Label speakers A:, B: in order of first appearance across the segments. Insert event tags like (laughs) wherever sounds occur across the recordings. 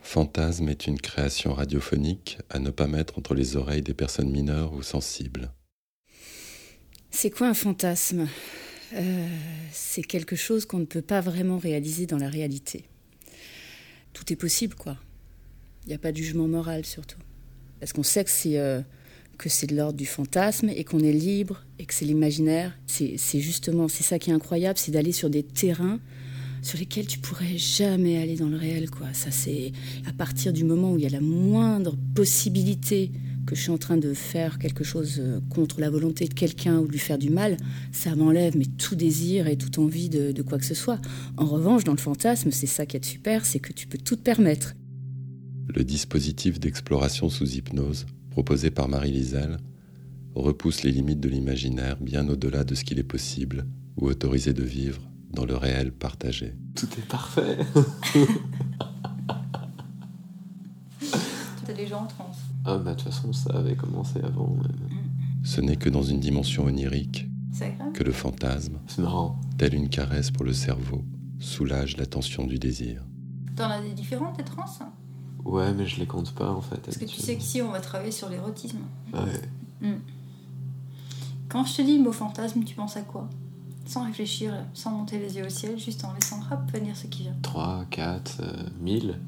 A: Fantasme est une création radiophonique à ne pas mettre entre les oreilles des personnes mineures ou sensibles.
B: C'est quoi un fantasme Euh, C'est quelque chose qu'on ne peut pas vraiment réaliser dans la réalité. Tout est possible, quoi. Il n'y a pas de jugement moral, surtout. Parce qu'on sait que c'est euh, que c'est de l'ordre du fantasme et qu'on est libre et que c'est l'imaginaire. C'est c'est justement, c'est ça qui est incroyable, c'est d'aller sur des terrains sur lesquels tu pourrais jamais aller dans le réel, quoi. Ça, c'est à partir du moment où il y a la moindre possibilité que je suis en train de faire quelque chose euh, contre la volonté de quelqu'un ou de lui faire du mal, ça m'enlève mais tout désir et toute envie de, de quoi que ce soit. En revanche, dans le fantasme, c'est ça qui est super, c'est que tu peux tout te permettre.
A: Le dispositif d'exploration sous hypnose, proposé par Marie Lisel, repousse les limites de l'imaginaire bien au-delà de ce qu'il est possible ou autorisé de vivre dans le réel partagé.
C: Tout est parfait. (laughs)
D: T'as des gens en transe.
C: Ah bah de toute façon ça avait commencé avant. ouais.
A: Ce n'est que dans une dimension onirique
D: C'est agréable.
A: que le fantasme,
C: C'est marrant.
A: telle une caresse pour le cerveau, soulage la tension du désir.
D: T'en as des différentes, des trans
C: Ouais mais je les compte pas en fait.
D: Parce que tu sais
C: habituellement.
D: qu'ici, on va travailler sur l'érotisme.
C: Ouais.
D: Quand je te dis le mot fantasme, tu penses à quoi Sans réfléchir, là, sans monter les yeux au ciel, juste en laissant rap venir ce qui vient.
C: 3, 4, 1000.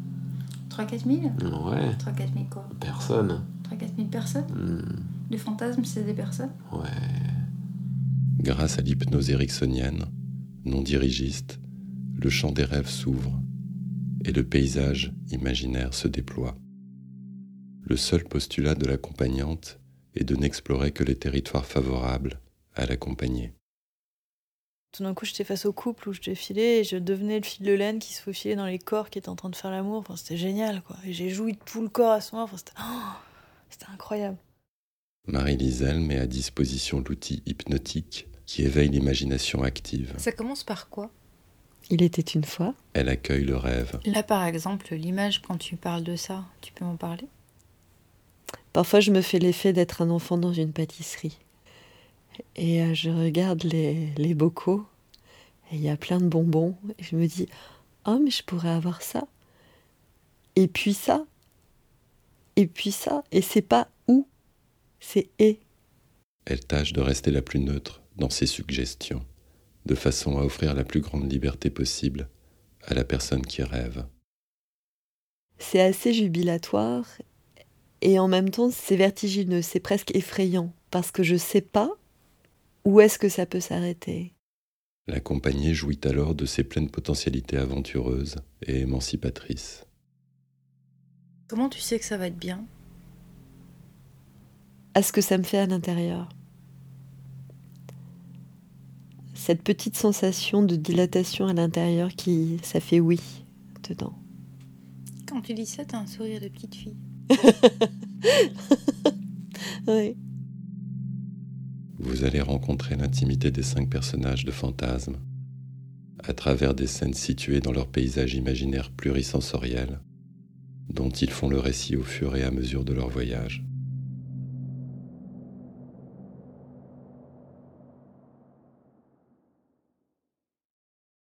D: 3-4 000
C: euh, Ouais.
D: 3-4 000 quoi
C: Personne.
D: 3-4 000 personnes
C: Hmm.
D: Les fantasmes, c'est des personnes
C: Ouais.
A: Grâce à l'hypnose ericksonienne, non dirigiste, le champ des rêves s'ouvre et le paysage imaginaire se déploie. Le seul postulat de l'accompagnante est de n'explorer que les territoires favorables à l'accompagner.
E: Tout d'un coup, j'étais face au couple où je défilais et je devenais le fil de laine qui se faufilait dans les corps qui étaient en train de faire l'amour. Enfin, c'était génial, quoi. Et j'ai joui de tout le corps à ce moment. Enfin, c'était oh, c'était incroyable.
A: Marie Lisel met à disposition l'outil hypnotique qui éveille l'imagination active.
F: Ça commence par quoi
G: Il était une fois.
A: Elle accueille le rêve.
F: Là, par exemple, l'image, quand tu parles de ça, tu peux m'en parler
G: Parfois, je me fais l'effet d'être un enfant dans une pâtisserie. Et euh, je regarde les, les bocaux, et il y a plein de bonbons, et je me dis Oh, mais je pourrais avoir ça. Et puis ça. Et puis ça. Et c'est pas où, c'est et.
A: Elle tâche de rester la plus neutre dans ses suggestions, de façon à offrir la plus grande liberté possible à la personne qui rêve.
G: C'est assez jubilatoire et en même temps c'est vertigineux, c'est presque effrayant parce que je sais pas où est-ce que ça peut s'arrêter.
A: La compagnie jouit alors de ses pleines potentialités aventureuses et émancipatrices.
F: Comment tu sais que ça va être bien
G: à ce que ça me fait à l'intérieur. Cette petite sensation de dilatation à l'intérieur qui, ça fait oui dedans.
F: Quand tu dis ça, t'as un sourire de petite fille.
G: Oui.
A: Vous allez rencontrer l'intimité des cinq personnages de Fantasme à travers des scènes situées dans leur paysage imaginaire plurisensoriel dont ils font le récit au fur et à mesure de leur voyage.